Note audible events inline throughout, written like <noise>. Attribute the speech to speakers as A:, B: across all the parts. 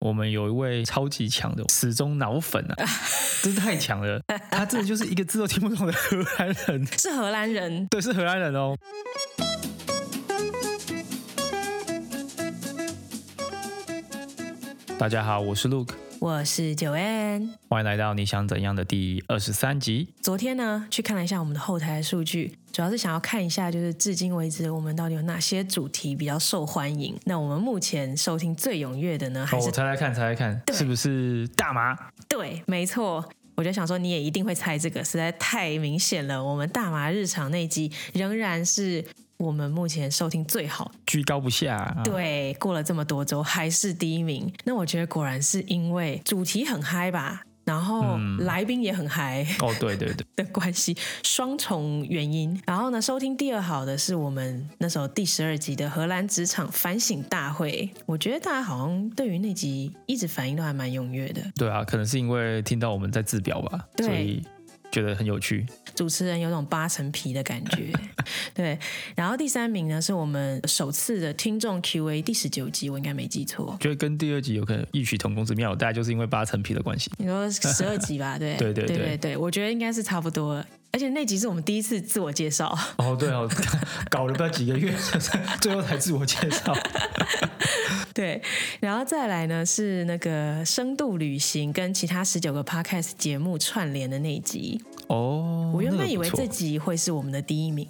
A: 我们有一位超级强的死忠脑粉
B: <laughs>
A: 啊，真是太强了，他真的就是一个字都听不懂的荷兰人，
B: 是荷兰人，
A: 对，是荷兰人哦。大家好，我是 Luke，
B: 我是九安。
A: 欢迎来到《你想怎样的》第二十三集。
B: 昨天呢，去看了一下我们的后台数据，主要是想要看一下，就是至今为止我们到底有哪些主题比较受欢迎。那我们目前收听最踊跃的呢，
A: 哦，
B: 还是、
A: 我猜猜看，猜猜看，是不是大麻？
B: 对，没错。我就想说，你也一定会猜这个，实在太明显了。我们大麻日常那一集仍然是我们目前收听最好
A: 居高不下、啊。
B: 对，过了这么多周还是第一名，那我觉得果然是因为主题很嗨吧，然后
A: 嗯
B: 来宾也很嗨
A: 哦，对对对，
B: 的关系，双重原因。然后呢，收听第二好的是我们那时候第十二集的荷兰职场反省大会，我觉得大家好像对于那集一直反应都还蛮踊跃的。
A: 对啊，可能是因为听到我们在自表吧，
B: 对
A: 所以觉得很有趣。
B: 主持人有种扒层皮的感 <laughs> 觉。对，然后第三名呢是我们首次的听众 Q&A 第十九集，我应该没记错。
A: 觉得跟第二集有可能异曲同工之妙，大概就是因为八层皮的关系。
B: 你说十二集吧， <laughs> 对，
A: 对对
B: 对
A: 对
B: 对我觉得应该是差不多了。而且那集是我们第一次自我介绍，
A: 哦，对哦，搞了不知道几个月， <laughs> 最后才自我介绍。
B: <laughs> 对，然后再来呢是那个深度旅行跟其他十九个 podcast 节目串联的那一集，
A: 哦，
B: 我原本以为
A: 那个不错
B: 这集会是我们的第一名，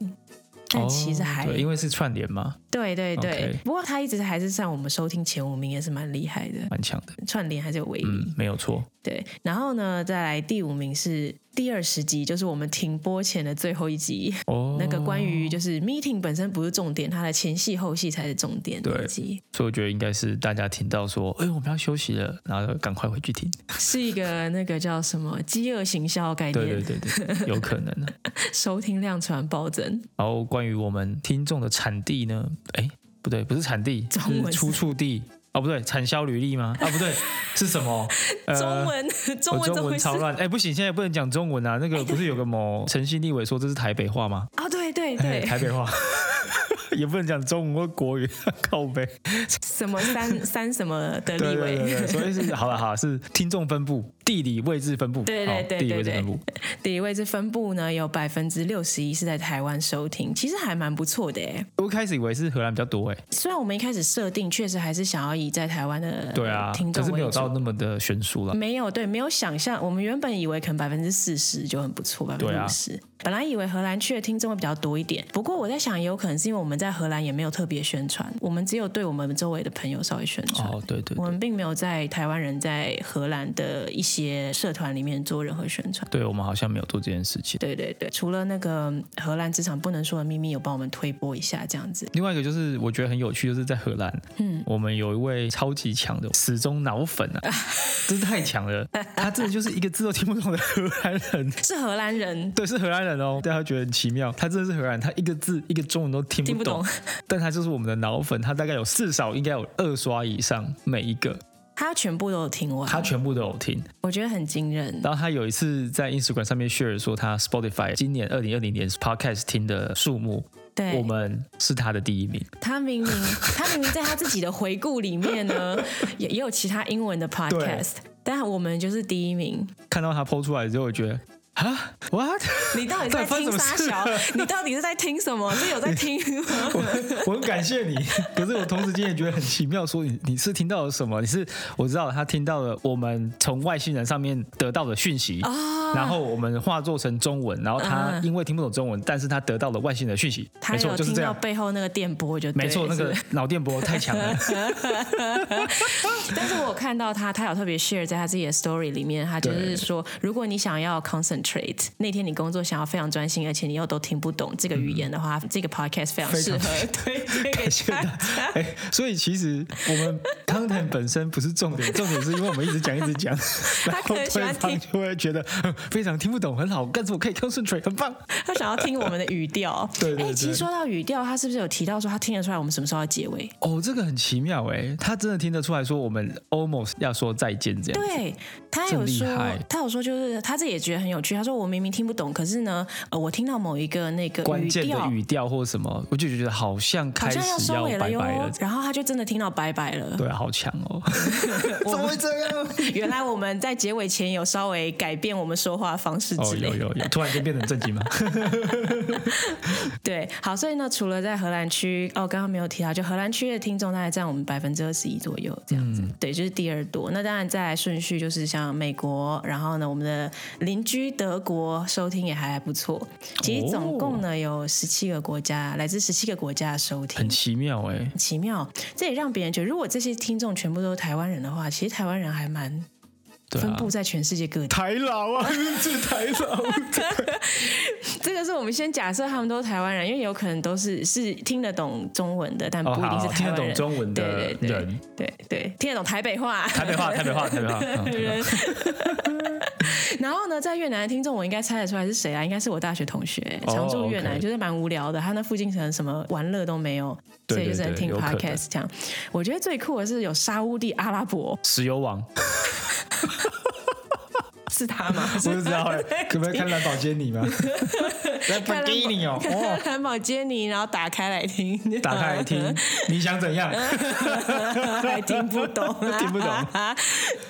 B: 但其实还、
A: 哦对因为是串联嘛，
B: 对对对
A: OK
B: 不过他一直还是上我们收听前五名，也是蛮厉害的，
A: 蛮强的。
B: 串联还是有威力。
A: 嗯，没有错。
B: 对，然后呢，再来第五名是第二十集，就是我们停播前的最后一集，
A: 哦，
B: 嗯那个关于就是 meeting 本身不是重点，它的前戏后戏才是重点
A: 对
B: 那一集，
A: 所以我觉得应该是大家听到说，哎，我们要休息了，然后赶快回去
B: <laughs>
A: 听。
B: 是一个那个叫什么饥饿行销概念，
A: 对对对对，有可能。啊
B: 收听量突然暴增，
A: 然后关于我们听众的产地呢，哎，不对，不是产地，
B: 中文
A: 是出处地。哦，不对，产销履历吗？啊，不对，是什么？呃
B: 中文中
A: 我
B: 文怎
A: 中
B: 么回
A: 文
B: 事哎
A: 超？乱，哎、不行，现在不能讲中文啊。那个不是有个某诚信立委说这是台北话吗？
B: 哦，对对
A: 哎
B: <laughs> 对，
A: 台北话 <laughs> 也不能讲中文或国语， <laughs> 靠背。
B: 什么
A: <laughs>
B: 三三什么的
A: 对
B: 立
A: 对对
B: 委，
A: 对，所以
B: <laughs>
A: 是好了好了，是听众分布、地理位置分布，
B: 对对
A: 好
B: 对
A: 地理
B: 对
A: 位置
B: 对
A: 分布。
B: 第一位置分布呢有百分之六十一是在台湾收听，其实还蛮不错的诶。
A: 我一开始以为是荷兰比较多哎、
B: 虽然我们一开始设定确实还是想要以在台湾的
A: 对啊
B: 呃听，
A: 可
B: 众
A: 是没
B: 为
A: 有到
B: 主。嗯
A: 那么的悬殊了。
B: 没有对，没有想象。我们原本以为可能百分之四十就很不错，百分
A: 对
B: 之
A: 啊
B: 五十。本来以为荷兰区的听众会比较多一点，不过我在想，也有可能是因为我们在荷兰也没有特别宣传，我们只有对我们周围的朋友稍微宣传。
A: 哦，对对
B: 我
A: 对，
B: 们并没有在台湾人在荷兰的一些社团里面做任何宣传。
A: 对我们好像没有做这件事情。
B: 对对对，除了那个嗯荷兰职场不能说的秘密，有帮我们推播一下这样子。
A: 另外一个就是我觉得很有趣，就是在荷兰，嗯，我们有一位超级强的死忠脑粉
B: <laughs>
A: 啊，真是太强了，他真的就是一个字都听不懂的荷兰人。 <laughs>
B: 是荷兰人
A: 对，是荷兰人哦，大家觉得很奇妙，他真的是荷兰人，他一个字一个中文都听不
B: 听
A: 懂，
B: 不懂，
A: 但他就是我们的脑粉，他大概有至少应该有二刷以上，每一个
B: 他全部都有听完，
A: 他全部都有听。
B: 我觉得很惊人。
A: 然后他有一次在 Instagram 上面 share 说，他 Spotify 今年二零二零年 podcast 听的数目，我
B: 对，
A: 们是他的第一名。
B: 他明
A: <laughs>
B: 明他明明在他自己的回顾里面呢，也也有其他英文的 podcast，但我们就是第一名。
A: 看到他 PO 出来之后，我觉得啊，what？
B: 你到底在
A: 到底
B: 听
A: 发
B: 啥
A: 生什
B: 小
A: 么？
B: 你到底是在听什么？这有在听
A: <laughs>
B: 吗？
A: 我很感谢你， <laughs> 可是我同时间也觉得很奇妙，说你你是听到了什么？你是我知道他听到了我们从外星人上面得到的讯息，
B: 啊
A: 然后我们化作成中文，然后他
B: 嗯
A: 因为听不懂中文，但是他得到了外星人的讯息，
B: 他
A: 没错，
B: 有
A: 就是
B: 听
A: 这
B: 到
A: 样。
B: 背后那个电波就对
A: 没错，那
B: 是
A: 个脑电波太强
B: <laughs>
A: 了。 <laughs>
B: 但是我有看到他，他有特别 share 在他自己的 story 里面，他就是
A: 对
B: 说，如果你想要 concentrate，那天你工作想要非常专心，而且你又都听不懂这个语言的话，这个 podcast 非常
A: 嗯非
B: 适
A: 常
B: 合
A: <laughs>
B: 推推给
A: 感谢
B: 大
A: 他
B: 家。
A: <laughs> 哎、所以其实我们 content 本身不是重
B: <laughs>
A: 点，重点是因为我们一直讲一直讲，然
B: 可
A: 后
B: 能喜
A: 对
B: 欢
A: 方
B: 听
A: 就会觉得嗯非常听不懂，很好，但是我可以 concentrate，很棒。
B: 他想要听我们的语调。
A: 对对
B: 哎，其实
A: 对
B: 说到语调，他是不是有提到说他听得出来我们什么时候要结尾？
A: 哦，这个很奇妙哎，他真的听得出来说我们 almost 要说再见这样。
B: 对他
A: 这
B: 有
A: 么厉
B: 说
A: 害，
B: 他有说，就是他自己也觉得很有趣。他说我明明听不懂，可是呢，呃，我听到某一个那个
A: 关
B: 语
A: 键的
B: 调。
A: 语调或什么，我就觉得好像
B: 好
A: 开
B: 像要
A: 始
B: 收尾了
A: 拜
B: 哟，
A: 拜了。
B: 然后他就真的听到拜拜了。
A: 对啊，好强哦！
B: <laughs> 我
A: 怎么会这样？
B: <laughs> 原来我们在结尾前有稍微改变我们说话方式
A: 哦，
B: 之类
A: 有
B: 的。
A: 有有，突然间变得很震惊吗？
B: 对，好，所以呢，除了在荷兰区，哦，刚刚没有提到，就荷兰区的听众大概占我
A: 嗯
B: 们百分之二十一左右这样子，对，就是第二多。那当然再来顺序就是像美国，然后呢，我们的邻居德国收听也还不错。其实总共呢、有十七个国家，来自十七个国家的收听
A: 很。奇妙哎、
B: 很奇妙，这也让别人觉得，如果这些听众全部都是台湾人的话，其实台湾人还蛮
A: 对
B: 分
A: 啊，
B: 布在全世界各地。
A: 台老
B: <laughs>
A: 啊，这台 <laughs> 老，
B: 这个是我们先假设他们都是台湾人，因为有可能都是是听得懂中文的，但不
A: 哦，
B: 一定是
A: 好，听得
B: 台湾
A: 懂
B: 人。
A: 中文的
B: 对
A: 人，
B: 对对对对，听得懂台北话。
A: 台北话，台北话，台北话，嗯、台北话
B: <laughs> 然后呢，在越南的听众，我应该猜得出来是谁啊啦？应该是我大学同学，
A: 哦
B: 常住越南
A: OK
B: 就是蛮无聊的。他那附近可能什么玩乐都没有，
A: 对
B: 所以就只能
A: 对对
B: 听
A: 有可能
B: podcast 这样。我觉得最酷的是有沙乌地阿拉伯，
A: 石油王，
B: 是他吗？
A: 我就知道、欸，可不可以看蓝宝坚尼吗？来不
B: <laughs> 看蓝
A: 给你哦，哦，
B: <laughs> 汉堡接你，然后打开来听，
A: 打开来
B: <laughs>
A: 听，你想怎样？
B: 嗯还听不懂、啊，
A: <laughs> 听不懂，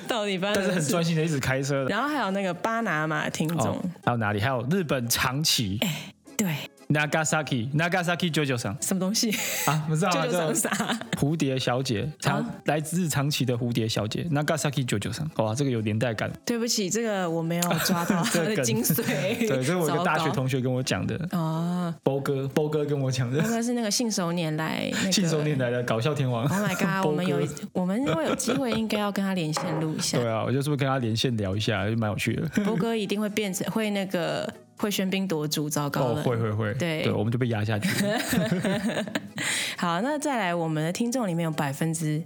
B: 到底发
A: 但
B: 生
A: 是
B: 什么
A: 很
B: 事
A: 专心的一直开车的。
B: 然后还有那个巴拿马听众，
A: 哦，还有哪里？还有日本长崎
B: 哎对，
A: Nagasaki Nagasaki JoJo 上
B: 什么东西？
A: 啊，不知道
B: 舅
A: 啊
B: 舅长
A: 这
B: 啥？
A: 蝴蝶小姐，
B: 啊
A: 长来自长崎的蝴蝶小姐 Nagasaki JoJo 上，哇，这个有年代
B: <laughs>
A: 感。
B: 对不起，这个我没有抓
A: <laughs>
B: 到它
A: 这个
B: 的
A: 梗
B: 精髓。
A: 对，这是我一个大学同学跟我讲的，
B: 糟糕哦，
A: 波哥，波哥跟我讲的 <laughs>
B: 那，个是那个信手拈来，那个
A: 信手拈来的搞笑天王。
B: Oh
A: 波
B: my
A: <laughs>
B: god！
A: 哥
B: 我们有我们如果有机会，应该要跟他连线录
A: <laughs>
B: 一下。
A: 对啊，我就是不是跟他连线聊一下，就蛮有趣的。
B: 波哥一定会变成会那个会喧宾夺主，糟糕
A: 哦，
B: 了。
A: 会会会，
B: 对
A: 我们就被压下
B: <laughs>
A: 去了。
B: 好，那再来，我们的听众里面有百分之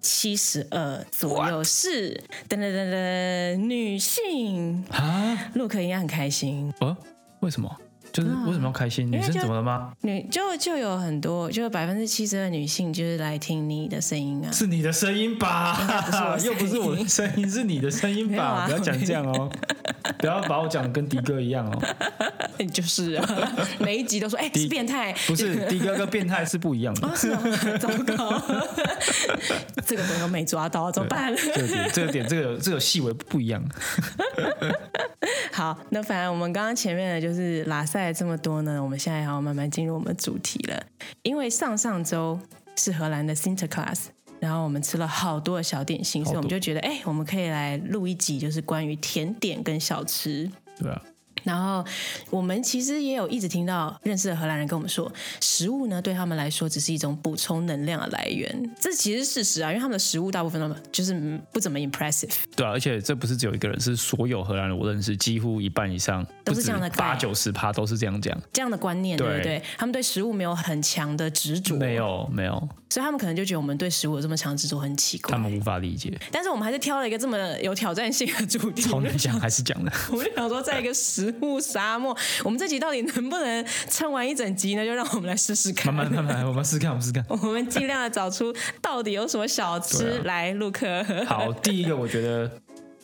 B: 七十二左右是噔噔噔噔女性。
A: 啊？
B: 陆可应该很开心，
A: 哦，为什么？就是为什么要开心？
B: 啊为
A: 女生
B: 就
A: 怎么了吗？
B: 女就就有很多，就百分之七十的女性就是来听你的声 <laughs> 音啊。
A: 是你的声音吧？
B: 应该
A: 又不
B: 不是
A: 是
B: 我
A: 我的声音，是你的声音
B: 没有啊
A: 吧？不要讲这样哦，不要把我讲得跟迪哥一样哦。
B: 就是啊， <laughs> 每一集都说哎、是变态，
A: 不
B: <laughs>
A: 是，迪哥跟变态是不一样的。
B: 啊是啊，糟糕， <laughs> 这个朋友没抓到，怎么办？
A: 这个点，这个点，这个这个细微不一样。
B: 好，那反正我们刚刚前面的就是拉塞了这么多呢，我们现在要慢慢进入我们主题了，因为上上周是荷兰的 Sinterklaas。然后我们吃了好多的小点心，所以我们就觉得，哎、我们可以来录一集，就是关于甜点跟小吃。
A: 对啊，
B: 然后我们其实也有一直听到认识的荷兰人跟我们说，食物呢对他们来说只是一种补充能量的来源，这其实是事实啊，因为他们的食物大部分都就是嗯不怎么 impressive，
A: 对啊，而且这不是只有一个人，是所有荷兰人我认识，几乎一半以上
B: 都
A: 不
B: 是
A: 止
B: 这样的概
A: 八九十趴都是这样讲。
B: 这样的观念，对
A: 对
B: 不对？他们对食物没有很强的执着，
A: 没，有没有，
B: 所以他们可能就觉得我们对食物有这么强的执着很奇怪
A: 他。们无法理解。
B: 但是我们还是挑了一个这么有挑战性的主题，
A: 好难讲，还是讲的。
B: <laughs> 我们就想说，在一个食物沙漠，我们这集到底能不能撑完一整集呢？就让我们来试试看。
A: 慢慢慢慢，我们试看，我们试看。
B: 我们尽量的找出到底有什么小吃、
A: 对啊
B: 来，陆克。
A: 好，第一个我觉得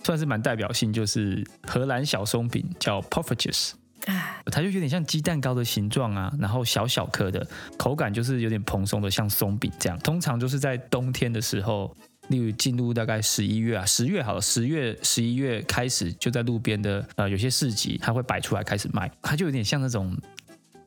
A: 算是蛮代表性，就是荷兰小松饼叫 poffertjes，
B: 啊，
A: 它就有点像鸡蛋糕的形状啊，然后小小颗的，口感就是有点蓬松的，像松饼这样。通常就是在冬天的时候。例如进入大概十一月啊，十月好了，十月、十一月开始就在路边的呃有些市集，它会摆出来开始卖，它就有点像那种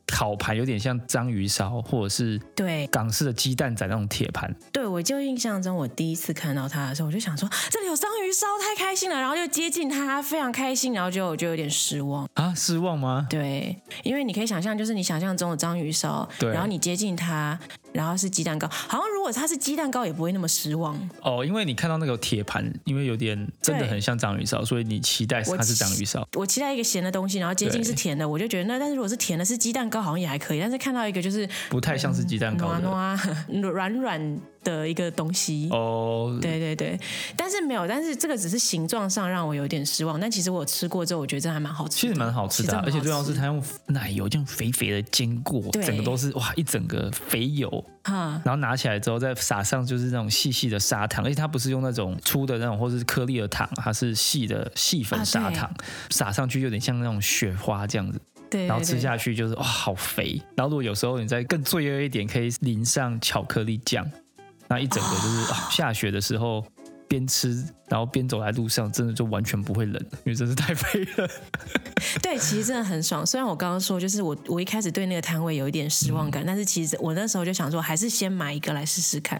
A: 烤盘，有点像章鱼烧或者是
B: 对
A: 港式的鸡蛋仔那种铁盘，
B: 对，我就印象中，我第一次看到它的时候，我就想说这里有章鱼烧，太开心了，然后就接近它，非常开心，然后就我就有点失望。
A: 啊，失望吗？
B: 对，因为你可以想象，就是你想象中的章鱼烧，
A: 对
B: 然后你接近它，然后是鸡蛋糕，好像如果它是鸡蛋糕，也不会那么失望。
A: 哦，因为你看到那个铁盘，因为有点真的很像章鱼烧，所以你期待它是章鱼烧。
B: 我期待一个咸的东西，然后接近
A: 对
B: 是甜的，我就觉得那但是如果是甜的，是鸡蛋糕，好像也还可以。但是看到一个就是
A: 不太像是鸡蛋糕
B: 暖
A: 的，
B: 暖啊 <laughs> 软软的一个东西。
A: 哦，
B: 对对对，但是没有，但是这个只是形状上让我有点失望。但其实我吃过之后，我觉得这还蛮好吃
A: 其
B: 的，
A: 实蛮好吃的啊、而
B: 其
A: 且
B: 实
A: 最重
B: 真的
A: 要是它用奶油这样肥肥的煎过，
B: 对
A: 整个都是哇一整个肥油，
B: 哈，
A: 然后拿起来之后再撒上就是那种细细的砂糖，而且它不是用那种粗的那种或是颗粒的糖，它是细的细粉砂糖，撒上去有点像那种雪花这样子，
B: 啊对，
A: 然后吃
B: 对
A: 下去就是哇好肥，然后如果有时候你再更罪恶一点，可以淋上巧克力酱，那一整个就是、啊下雪的时候。边吃，然后边走在路上，真的就完全不会冷，因为真是太肥了。
B: 对，其实真的很爽。虽然我刚刚说，就是我我一开始对那个摊位有一点失望
A: 嗯
B: 感，但是其实我那时候就想说，还是先买一个来试试看，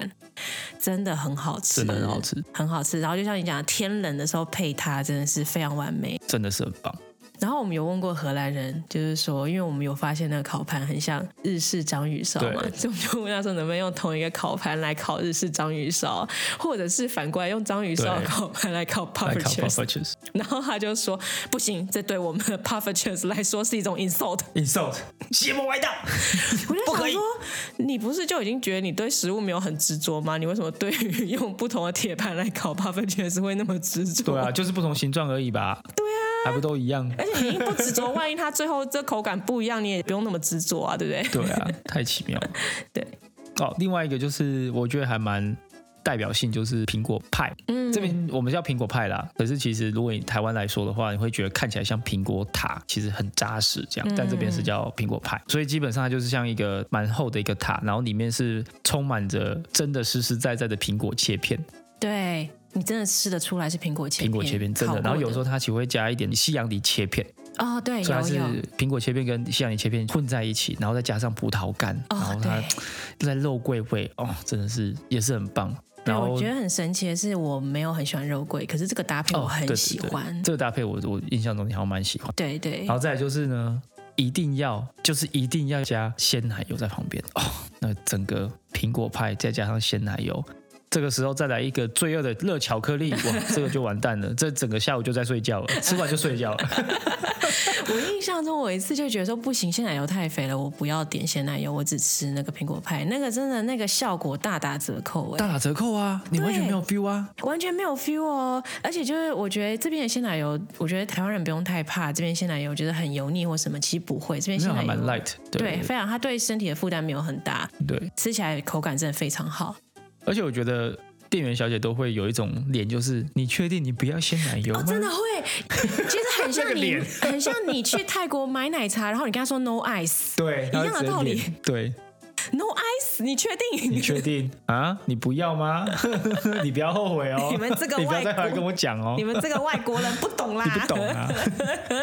B: 真的很好
A: <laughs>
B: 吃，
A: 真的很好吃，
B: 很好吃。然后就像你讲的，天冷的时候配它，真的是非常完美。
A: 真的是很棒。
B: 然后我们有问过荷兰人，就是说，因为我们有发现那个烤盘很像日式章鱼烧嘛，
A: 对
B: 所以我们就问他说，能不能用同一个烤盘来烤日式章鱼烧，或者是反过来用章鱼烧的
A: 对
B: 烤盘来烤 p u
A: 来
B: f f
A: 烤
B: c h e s
A: Papa Cheese
B: 然后他就说，不行，这对我们 <laughs> 的 p u f f c h e s 来说是一种 insult。
A: insult 邪魔歪道，
B: 我就
A: 不
B: 想
A: 可以
B: 说，你不是就已经觉得你对食物没有很执着吗？你为什么对于 <laughs> 用不同的铁盘来烤 p u f f c h e s 会那么执着？
A: 对 <laughs> 啊，就是不同形状而已吧。对啊，还不都一样？
B: <laughs> 而且你已经不执着，万一它最后这口感不一样，你也不用那么执着啊，对不对？
A: 对啊，太奇 <laughs> 妙了。
B: 对，
A: 哦，另外一个就是我觉得还蛮代表性，就是苹果派。嗯，这边我们叫苹果派啦，可是其实如果你台湾来说的话，你会觉得看起来像苹果塔，其实很扎实这样，但这边是叫苹果派，所以基本上它就是像一个蛮厚的一个塔，然后里面是充满着真的实实在在的苹果切片。
B: <laughs> 对你真的吃得出来是苹果切
A: 苹果切片真的，然后有时候它其实会加一点西洋梨切片，
B: 哦，对，
A: 所以它
B: 有
A: 是
B: 有
A: 苹果切片跟西洋梨切片混在一起，然后再加上葡萄干，然
B: 哦
A: 后，它
B: 对。
A: 在肉桂味哦，真的是也是很棒。
B: 对，
A: 然
B: 我
A: 后
B: 觉得很神奇的是，我没有很喜欢肉桂，可是这个搭配我
A: 哦，对
B: 很
A: 对
B: 喜
A: 对
B: 欢。哎
A: 这个搭配我，我印象中你好像蛮喜欢。
B: 对对
A: 然后再来就是呢，一定要就是一定要加鲜奶油在旁边哦，那整个苹果派再加上鲜奶油。这个时候再来一个罪恶的热巧克力，哇，这个就完蛋了，这整个下午就在睡觉了，吃完就睡觉了。
B: <laughs> 我印象中，我一次就觉得说不行，鲜奶油太肥了，我不要点鲜奶油，我只吃那个苹果派，那个真的那个效果大打折扣哎、
A: 大打折扣啊！你完全没有 feel 啊！
B: 完全没有 feel 哦。而且就是我觉得这边的鲜奶油，我觉得台湾人不用太怕，这边鲜奶油觉得很油腻或什么，其实不会，这边
A: 没
B: 鲜
A: 有还
B: 奶
A: 蛮
B: 油
A: light，
B: 对
A: 对
B: 非常它对身体的负担没有很大，
A: 对，
B: 吃起来口感真的非常好。
A: 而且我觉得店员小姐都会有一种脸，就是你确定你不要鲜奶油
B: 哦
A: 吗？，
B: 真的会，其实很
A: 那
B: 像
A: 个
B: 你，
A: 脸
B: 很像你去泰国买奶茶，然后你跟他说 no ice，no
A: 对，
B: 一样
A: 她
B: 的
A: 会直接
B: 道理
A: 念。对，
B: ice，你确定？
A: 你确定啊？你不要
B: <laughs>
A: 吗？你不要后悔哦！
B: 你们这个
A: 你不要再
B: 外国
A: 回来跟我讲哦
B: 你，们这个外国人不懂啦，
A: 你不懂啊。
B: <laughs>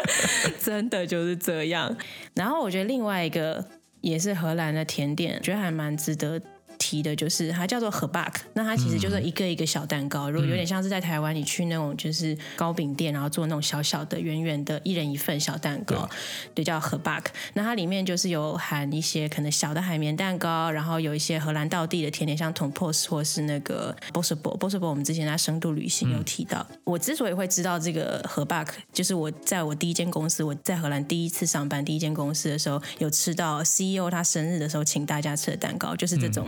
B: 真的就是这样。然后我觉得另外一个也是荷兰的甜点，觉得还蛮值得。提的就是它叫做 h e b a k 那它其实就是一个一个小蛋糕，如果有点像是在台湾你去那种就是糕饼店，然后做那种小小的、圆圆的，一人一份小蛋糕，对，叫 h e b a k 那它里面就是有含一些可能小的海绵蛋糕，然后有一些荷兰道地的甜点，像 t o m p o s 或是那个 b o s s b o b o s s b o 我们之前在深度旅行有提到。我之所以会知道这个 h e b a k 就是我在我第一间公司，我在荷兰第一次上班第一间公司的时候，有吃到 CEO 他生日的时候请大家吃的蛋糕，就是这种。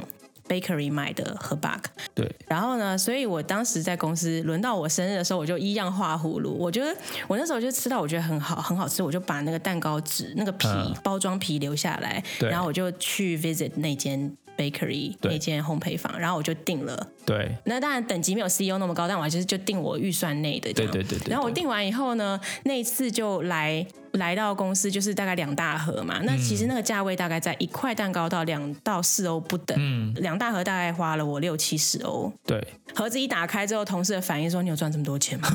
B: bakery 买的 h e b a k
A: 对，
B: 然后呢，所以我当时在公司轮到我生日的时候，我就一样画葫芦。我觉得我那时候就吃到我觉得很好很好吃，我就把那个蛋糕纸那个皮、
A: 嗯
B: 包装皮留下来，
A: 对
B: 然后我就去 visit 那间 bakery
A: 对
B: 那间烘焙坊，然后我就订了。
A: 对，
B: 那当然等级没有 CEO 那么高，但我还是就定我预算内的这样。
A: 对对对对对
B: 然后我定完以后呢，那一次就来来到公司，就是大概两大盒
A: 嗯
B: 嘛。那其实那个价位大概在一块蛋糕到两到四欧不等。
A: 嗯，
B: 两大盒大概花了我六七十欧，
A: 对
B: 盒子一打开之后，同事的反应说：“你有赚这么多钱吗？”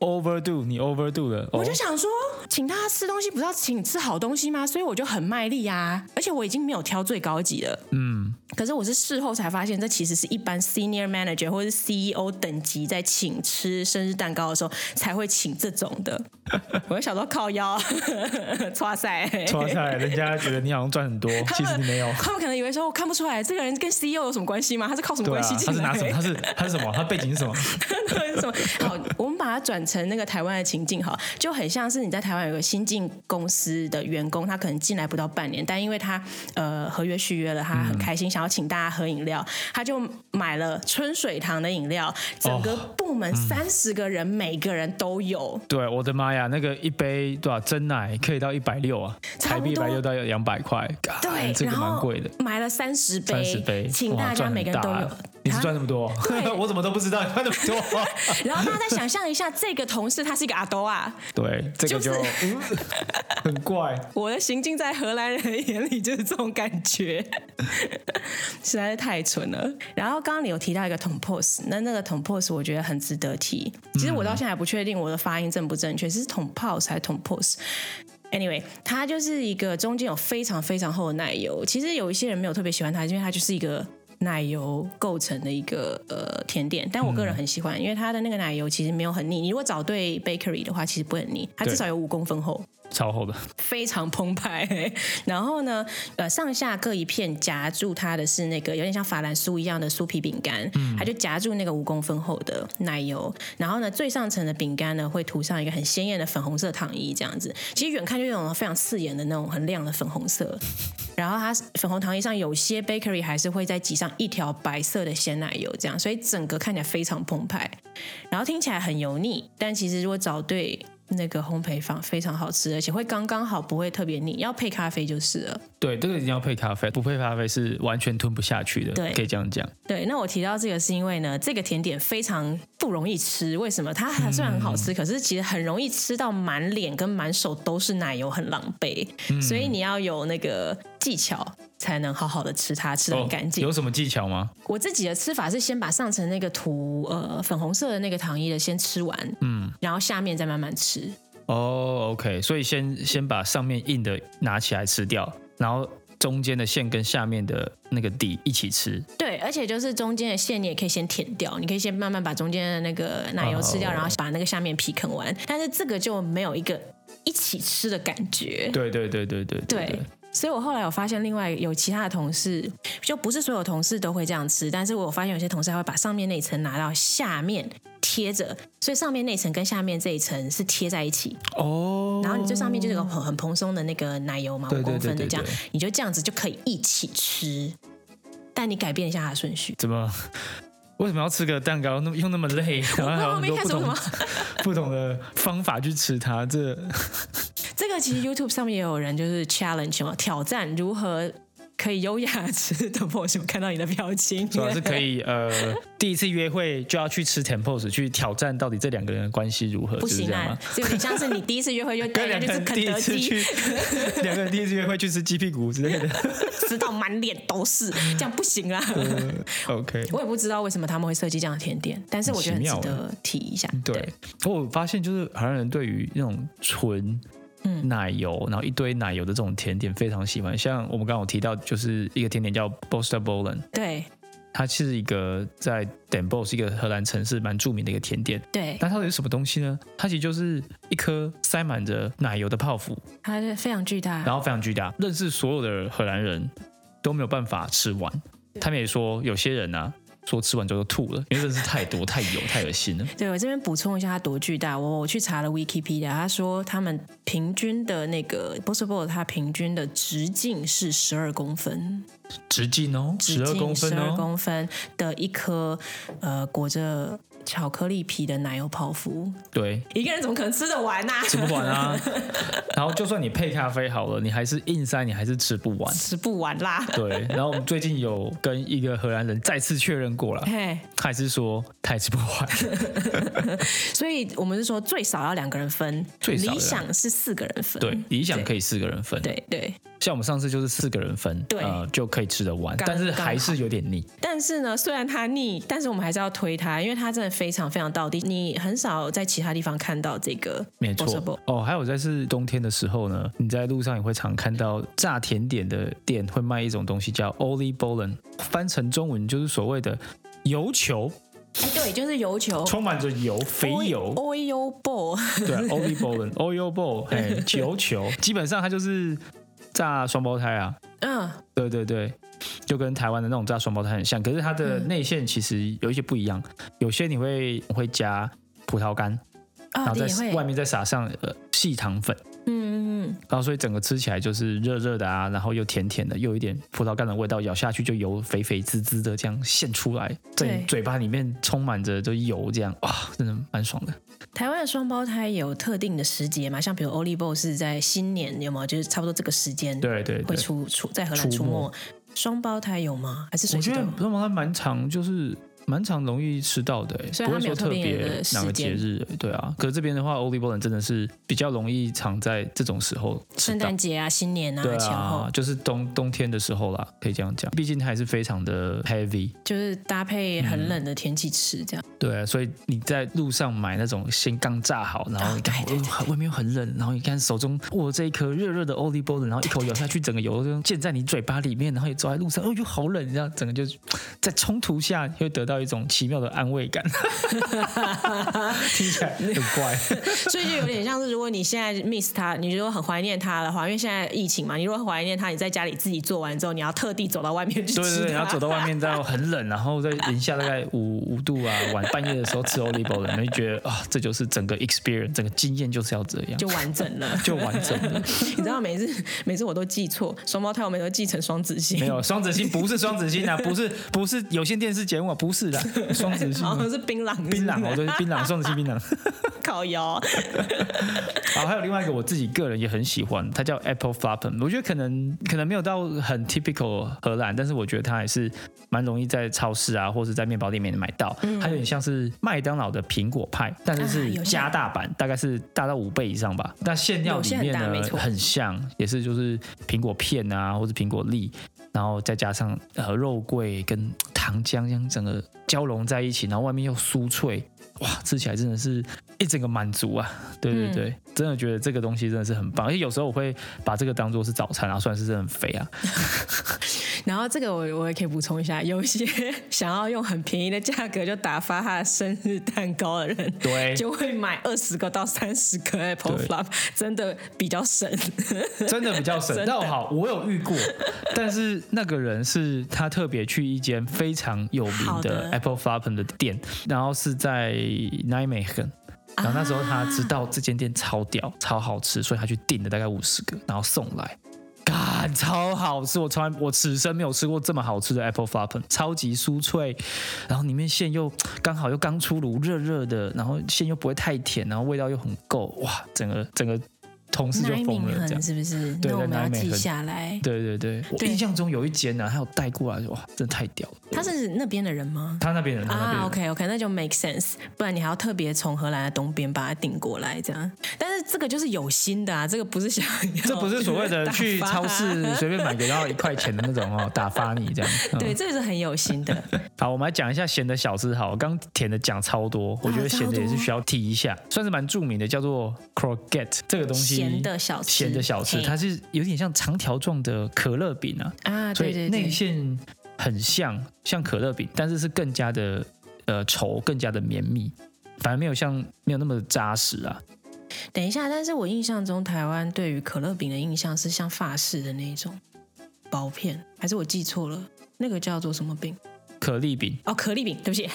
A: ，overdo，你 overdo 了。
B: 我
A: 哦
B: 就，想说，请大家吃东西不是要请吃好东西吗？所以我就很卖力啊，而且我已经没有挑最高级了。
A: 嗯，
B: 可是我是事后才发现，这其实是一般 senior manager 或是 E
A: <laughs>
B: CEO 等级在请吃生日蛋糕的时候才会请这种的。我就想说，靠腰， <laughs> 哇塞，
A: 哇塞，人家觉得你好像赚很多，其实你没有。
B: 他们可能以为说我看不出来这个人跟 CEO 有什么关系吗？他是靠什么
A: 对
B: 关
A: 啊
B: 系，
A: 他
B: 进
A: 是
B: 来
A: 拿什么？他是他是什么？他背景是什么？
B: 对什么？ <laughs> 好，我们把它转成那个台湾的情境，好，就很像是你在台湾有个新进公司的员工，他可能进来不到半年，但因为他呃合约续约了，他很开心，想要请大家喝饮料，他就买了春水堂的饮料，整个部门
A: 哦
B: 三十个人，
A: 嗯
B: 每个人都有，
A: 对，我的妈呀，那个一杯多少真奶可以到一百六啊，
B: 差
A: 台
B: 不
A: 币一
B: 多
A: 百六到两百块，干
B: 对，
A: 啊这个
B: 然
A: 蛮
B: 后
A: 贵的。
B: 买了三十
A: 三十
B: 杯，
A: 杯，
B: 请
A: 哇
B: 大家
A: 赚
B: 每个人
A: 很
B: 都
A: 大
B: 有
A: 啊。你是
B: 啊
A: 赚那么多？<laughs>
B: 对
A: 我怎么都不知道你赚那么
B: <laughs>
A: 多。
B: 然后大家再想象一下，这个同事他是一个阿多啊，
A: 对，这个
B: 就
A: 就是嗯很怪。
B: 我的行径在荷兰人的眼里就是这种感觉， <laughs> 实在是太蠢了。然后刚刚你有提到一个捅 pose，那那个捅 pose 我觉得很值得提。其实我到现在还不确定我的发音正不正确，是捅 pose 还是捅 pose。Anyway，它就是一个中间有非常非常厚的奶油。其实有一些人没有特别喜欢它，因为它就是一个奶油构成的一个呃甜点。但我个人很喜欢，因为它的那个奶油其实没有很腻。你如果找对 bakery 的话，其实不会很腻，它至
A: 对
B: 少有五公分厚。
A: 超厚的，
B: 非常澎湃、 <laughs> 然后呢，呃，上下各一片，夹住它的是那个有点像法兰酥一样的酥皮饼干，它就夹住那个五公分厚的奶油。然后呢，最上层的饼干呢会涂上一个很鲜艳的粉红色糖衣，这样子。其实远看就有那种非常刺眼的那种很亮的粉红色。 <laughs> 然后它粉红糖衣上有些 bakery 还是会再挤上一条白色的鲜奶油，这样，所以整个看起来非常澎湃。然后听起来很油腻，但其实如果找对那个烘焙坊，非常好吃，而且会刚刚好，不会特别腻。要配咖啡就是了。
A: 对，这个一定要配咖啡，不配咖啡是完全吞不下去的，
B: 对
A: 可以这样讲。
B: 对，那我提到这个是因为呢，这个甜点非常不容易吃。为什么？它虽然很好吃，可是其实很容易吃到满脸跟满手都是奶油，很狼狈。所以你要有那个技巧，才能好好的吃它，吃的很干
A: 哦
B: 净。
A: 有什么技巧吗？
B: 我自己的吃法是先把上层那个涂呃粉红色的那个糖衣的先吃完，嗯，然后下面再慢慢吃。
A: 哦、o k 所以先先把上面硬的拿起来吃掉，然后中间的馅跟下面的那个底一起吃。
B: 对，而且就是中间的馅你也可以先舔掉，你可以先慢慢把中间的那个奶油吃掉，
A: 哦
B: 然后把那个下面皮啃完。但是这个就没有一个一起吃的感觉。
A: 对对对对对对
B: 对，所以我后来有发现，另外有其他的同事，就不是所有同事都会这样吃，但是我有发现有些同事还会把上面那一层拿到下面贴着，所以上面那一层跟下面这一层是贴在一起。
A: 哦
B: 然后你最上面就是有个很很蓬松的那个奶油嘛，
A: 对
B: 五
A: 对
B: 公分的
A: 对对
B: 这样
A: 对，
B: 你就这样子就可以一起吃，但你改变一下它的顺序。
A: 怎么？为什么要吃个蛋糕？那么又那么累，然后还有
B: <laughs> 我
A: 很
B: 们一
A: 多
B: 开
A: 不
B: 始为什
A: 同
B: 么
A: 不同的方法去吃它，
B: <laughs>
A: 这
B: 这个其实 YouTube 上面也有人就是 challenge 嘛，挑战如何可以优雅地吃的 p o s 我看到你的表情，
A: 主要是可以呃，第一次约会就要去吃 Tempos，去挑战到底这两个人的关系如何，
B: <laughs> 不
A: 是是
B: 行
A: 这样
B: 啊
A: 吗？，
B: 这有点像是你第一次约
A: <laughs>
B: 会就带
A: 跟两
B: 人
A: 个
B: 家去
A: 人
B: 吃
A: 第
B: 肯
A: 一次去
B: 德基，，
A: <laughs> 两个人第一次约会去吃鸡屁股之类的。
B: <laughs> 吃到满脸都是，这样不行啊。
A: 呃 OK，
B: 我也不知道为什么他们会设计这样的甜点，但是我觉得很值
A: 很奇妙欸
B: 得提一下。
A: 对，我发现就是荷兰人对于那种纯
B: 嗯
A: 奶油，然后一堆奶油的这种甜点非常喜欢。像我们刚刚有提到，就是一个甜点叫 b o s t e r b o l e n
B: 对
A: 它是一个在 Den b o 是一个荷兰城市蛮著名的一个甜点。
B: 对，
A: 那它到底是什么东西呢？它其实就是一颗塞满着奶油的泡芙，
B: 它是非常巨大。
A: 然后非常巨大，认识所有的荷兰人都没有办法吃完。他们也说，有些人啊，说吃完之后就吐了，因为真的是太多、太油、太恶心了。
B: 对我这边补充一下，它多巨大。我我去查了 Wikipedia，他说他们平均的那个 b o s s b o 它平均的直径是十二公分，
A: 直径哦，
B: 直
A: 十二
B: 径
A: 公分
B: 十二
A: 哦，
B: 公分的一颗呃裹着巧克力皮的奶油泡芙，
A: 对，
B: 一个人怎么可能吃得完呐、
A: 吃不完啊。然后就算你配咖啡好了，你还是硬塞，你还是吃不完。
B: <laughs> 吃不完啦。
A: 对，然后我们最近有跟一个荷兰人再次确认过了，
B: 嘿，
A: 他还是说他也吃不
B: <laughs>
A: 完。
B: 所以我们是说最少要两个人分，
A: 最少要
B: 理想是四个人分。
A: 对，理想可以四个人分，
B: 对对，
A: 像我们上次就是四个人分，
B: 对
A: 呃，就可以吃得完，
B: 刚
A: 但是还是有点腻。
B: 但是呢，虽然它腻，但是我们还是要推它，因为它真的非常非常到地。你很少在其他地方看到这个，
A: 没错
B: possible
A: 哦，还有在是冬天的时候呢，你在路上也会常看到炸甜点的店
B: 哦
A: 会卖一种东西叫 o l i b o l e n 翻成中文就是所谓的油球。
C: 哎，对，就是油球，
A: 充满着油，肥油。
C: oil ball，
A: 对啊，olive
C: <laughs>
A: ball、oil ball，哎，球球，基本上它就是炸双胞胎啊。
B: <laughs> 嗯，
A: 对对对，就跟台湾的那种炸双胞胎很像，可是它的
C: 嗯
A: 内馅其实有一些不一样，有些你会会加葡萄干，
C: 啊，
A: 然后
C: 你也会
A: 在，外面再撒上呃细糖粉，
C: 嗯嗯
A: 然后所以整个吃起来就是热热的啊，然后又甜甜的，又有一点葡萄干的味道，咬下去就油肥肥滋滋的这样现出来，在
B: 对
A: 你嘴巴里面充满着就油，这样哇，真的蛮爽的。
B: 台湾的双胞胎有特定的时节嘛，像比如 o l i v o 是在新年有没有？就是差不多这个时间
A: 对对
B: 会
A: 对，
B: 出出在荷兰
A: 出
B: 出
A: 没
B: 没。双胞胎有吗？还是随
A: 我
B: 时
A: 觉
B: 都
A: 得
B: 有？
A: 葡萄它蛮常就是。蛮常容易吃到的、欸，
B: 所以
A: 不
B: 它
A: 会
B: 没有
A: 说特
B: 特别
A: 别
B: 的
A: 哪个
B: 时
A: 节
B: 间
A: 日、欸对啊。可是这边的话 o l i v o 人真的是比较容易常在这种时候吃
B: 圣
A: 到
B: 诞。节啊，新年啊
A: 对
B: 前
A: 啊
B: 后，，
A: 就是冬冬天的时候啦，可以这样讲。毕竟它还是非常的 heavy，
B: 就是搭配很冷的天气吃这样。
A: 对，所以你在路上买那种先刚炸好，然后
B: 啊
A: 你看
B: 对对
A: 哦外面很冷，然后你看手中握这一颗热热的 o l i v o 然后一口咬下去，整个油就溅在你嘴巴里面，然后你走在路上，哦哟好冷，这样整个就是在冲突下会得到一种奇妙的安慰感， <laughs> 听起来很
B: <laughs>
A: 怪。
B: 所以就有点像是，如果你现在 miss 他，你如果很怀念他的话，因为现在疫情嘛，你如果很怀念他，你在家里自己做完之后，你要特地走到外面去吃
A: 对对对，然后走到外面，到很冷，然后在零下大概五五度啊，晚半夜的时候吃 olive 的，你就觉得啊，这就是整个 experience，整个经验就是要这样，
B: 就完整了。
A: <laughs> 就完整了。
B: <laughs> 你知道每次每次我都记错，双胞胎我每次都记成双子星，
A: 没有双子星不是双子星啊，不是不是有线电视节目啊，不是的，双子
B: <laughs>
A: 星
B: 好
A: 啊
B: 像。是槟榔是不是，
A: 槟榔哦，对，槟榔，双子星槟榔。
B: 烤窑，
A: 好，哦还有另外一个我自己个人也很喜欢，它叫 Apple Flappen。我觉得可能可能没有到很 typical 荷兰，但是我觉得它还是蛮容易在超市啊，或是在面包店里面买到。它有点像是麦当劳的苹果派，但是
B: 嗯啊
A: 是
B: 有
A: 加大版，大概是大到五倍以上吧。那馅料
B: 有
A: 里
B: 些很
A: 面
B: 大
A: 呢
B: 没错
A: 很像，也是就是苹果片啊，或是苹果粒，然后再加上呃肉桂跟糖浆这样整个交融在一起，然后外面又酥脆，哇，吃起来真的是一整个满足啊！对对对，真的觉得这个东西真的是很棒，而且有时候我会把这个当做是早餐啊，虽然是真的很肥啊，
B: 然后这个我我也可以补充一下，有一些想要用很便宜的价格就打发他的生日蛋糕的人，
A: 对
B: 就会买二十个到三十个 Apple
A: 对
B: Flop，真的比较省。
A: <laughs> 真的比较省。
B: 真的
A: 那好，我有遇过，但是那个人是他特别去一间非常有名
B: 好
A: 的
B: 的
A: Apple Flappen 的店，然后是在 n i m e g e n
B: 啊
A: 然后那时候他知道这间店超屌、超好吃，所以他去订了大概五十个，然后送来。干，超好吃！我从来我此生没有吃过这么好吃的 Apple Flappen，超级酥脆，然后里面馅又刚好又刚出炉，热热的，然后馅又不会太甜，然后味道又很够，哇，整个整个同事就
C: 奶
A: 疯
C: 敏
A: 了，这
C: 恒。
A: 样
C: 是不是？
A: 对
C: 那我
A: 在
C: 们
A: 奶
C: 要
A: 敏
C: 记
A: 恒
C: 下来。
A: 对对对，我
C: 对
A: 印象中有一间呢、啊，他有带过来，哇，真的太屌了。
B: 他是那边的人吗？
A: 他那边人，他那边
B: 啊
A: 人，
B: ，OK OK，那就 make sense，不然你还要特别从荷兰的东边把它订过来这样。但是这个就是有心的啊，这个不是想要，
A: 这不是所谓的
B: <laughs> 哦打发啊
A: 去超市随便买个要一块钱的那种哦，打发你这样。嗯
B: <laughs> 对，这个是很有心的。
A: 好，我们来讲一下咸的小吃。好，我刚甜的讲超
B: 啊
A: 多，我觉得咸的也是需要提一下，算是蛮著名的，叫做 croquette 这个 <laughs> 东西。
B: 咸的小吃
A: 咸的小吃，
B: 嘿
A: 它是有点像长条状的可乐饼啊，
B: 啊，
A: 所
B: 对
A: 以
B: 对
A: 内
B: 对，
A: 馅很像像可乐饼，但是是更加的呃稠，更加的绵密，反而没有像没有那么扎实啊。
B: 等一下，但是我印象中台湾对于可乐饼的印象是像法式的那一种薄片，还是我记错了？那个叫做什么饼？
A: 可丽饼，
B: 哦，可丽饼，对不起， <laughs>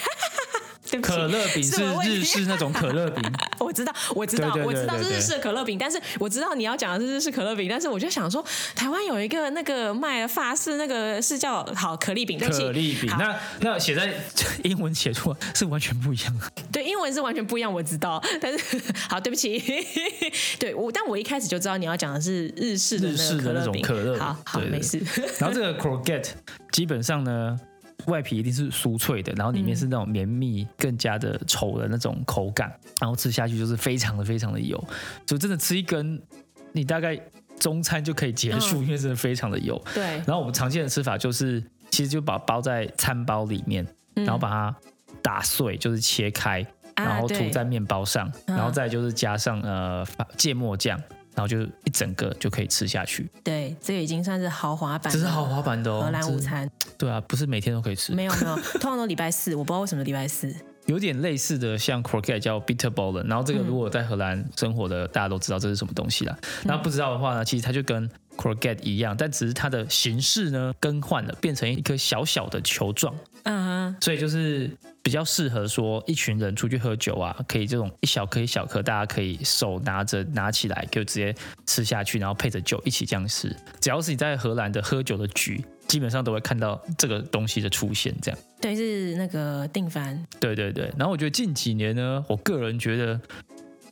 B: 对不起，
A: 可乐饼
B: 是
A: 是
B: 我问
A: 日
B: 题
A: 式那种可乐饼，
B: 我知道，我知道，
A: 对对对
B: 我知道
A: 对
B: 是
A: 对
B: 日式的可乐饼，但是我知道你要讲的是日式可乐饼，但是我就想说，台湾有一个那个卖法式那个是叫好可丽饼， <laughs> 对不
A: 可
B: 起，
A: 丽饼。
B: 好
A: 那那写在 <laughs> 英文写出来是完全不一样的。
B: 对，英文是完全不一样，我知道，但是 <laughs> 好，对不起，对我，但我一开始就知道你要讲的是日式的
A: 日
B: 那
A: 式
B: 个
A: 的
B: 可
A: 那
B: 乐
A: 种
B: 饼，
A: 可乐
B: 好好
A: 对对
B: 没事，
A: <laughs> 然后这个 croquette 基本上呢，外皮一定是酥脆的，然后里
B: 嗯
A: 面是那种绵密、更加的稠的那种口感，然后吃下去就是非常的非常的油，就真的吃一根，你大概中餐就可以结
B: 嗯
A: 束，因为真的非常的油。
B: 对，
A: 然后我们常见的吃法就是，其实就把它包在餐包里面，
B: 嗯
A: 然后把它打碎，就是切开，
B: 啊
A: 然后涂
B: 对
A: 在面包上，
B: 嗯
A: 然后再就是加上呃芥末酱，然后就一整个就可以吃下去，
B: 对，这个已经算是豪华版，
A: 这是豪华版的哦，
B: 荷兰
A: 这
B: 午餐。
A: 对啊，不是每天都可以吃，
B: 没有没 <laughs> 有，通常都礼拜四，我不知道为什么礼拜四。
A: 有点类似的，像 croquette 叫 bitterballen，然后这个如果在荷兰生活的大家都知道这是什么东西啦。然后不知道的话呢，其实它就跟 croquette 一样，但只是它的形式呢更换了，变成一颗小小的球状，
C: 嗯，
A: 所以就是比较适合说一群人出去喝酒啊，可以这种一小颗一小颗，大家可以手拿着拿起来就直接吃下去，然后配着酒一起这样吃。只要是你在荷兰的喝酒的局，基本上都会看到这个东西的出现，这样。
B: 对，是那个定番，
A: 对对对，然后我觉得近几年呢，我个人觉得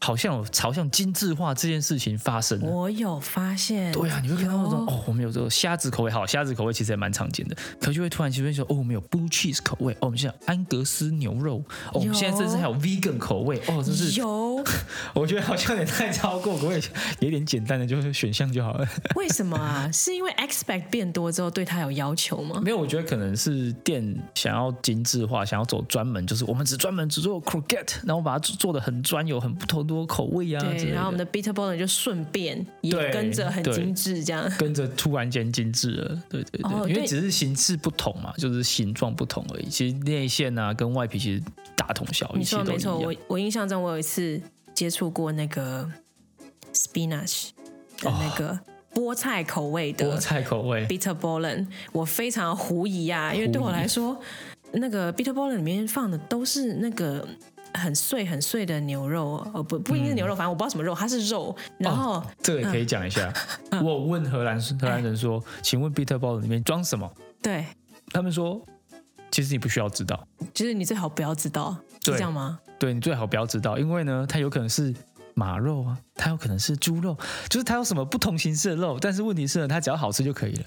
A: 好像有朝向精致化这件事情发生了。
B: 我有发
A: 嗯
B: 现。
A: 对啊，你会看到那种
B: 有
A: 哦，我们有这个虾子口味，好，虾子口味其实也蛮常见的，可就会突然就会说，哦，我们有 blue cheese 口味，哦，我们现在有安格斯牛肉，哦，我们现在甚至还有 vegan 口味，哦，真是，
B: 有， <laughs>
A: 我觉得好像也太超过，可不可以给点简单的就是选项就好了？
B: 为什么啊？是因为 expect 变多之后对它有要求吗？
A: 没有，我觉得可能是店想要精致化，想要走专门，就是我们只专门只做 croquette，然后把它做的很专有，很不同多口味啊，之类
B: 对，
A: 的
B: 然后我们的 bitter b o l l e n 就顺便也
A: 对
B: 跟着很
A: 对
B: 精致这样。
A: 跟着突然间精致了，对对对，
B: 哦
A: 因为
B: 对
A: 只是形式不同嘛，就是形状不同而已。其实内馅啊跟外皮其实大同小异，
B: 你
A: 其
B: 说
A: 实
B: 的
A: 都
B: 没错，
A: 一
B: 我
A: 样。
B: 我印象中我有一次接触过那个 spinach 的那个菠菜口味
A: 啊菠
B: 的
A: 菜口味
B: bitter b o l l e n 我非常狐疑啊，因为对我来说，那个 bitter b o l l e n 里面放的都是那个。很碎很碎的牛肉，呃不不一定是牛
A: 嗯
B: 肉，反正我不知道什么肉，它是肉。然后、
A: 这个也可以讲一下。
B: 嗯
A: 我问荷兰荷兰人说：“请问 bitter ball 里面装什么
B: 对，？”
A: 他们说：“其实你不需要知道，
B: 就是你最好不要知道，是
A: 对
B: 这样吗？
A: 对你最好不要知道，因为呢，它有可能是。”马肉啊，它有可能是猪肉，就是它有什么不同形式的肉，但是问题是呢，它只要好吃就可以了，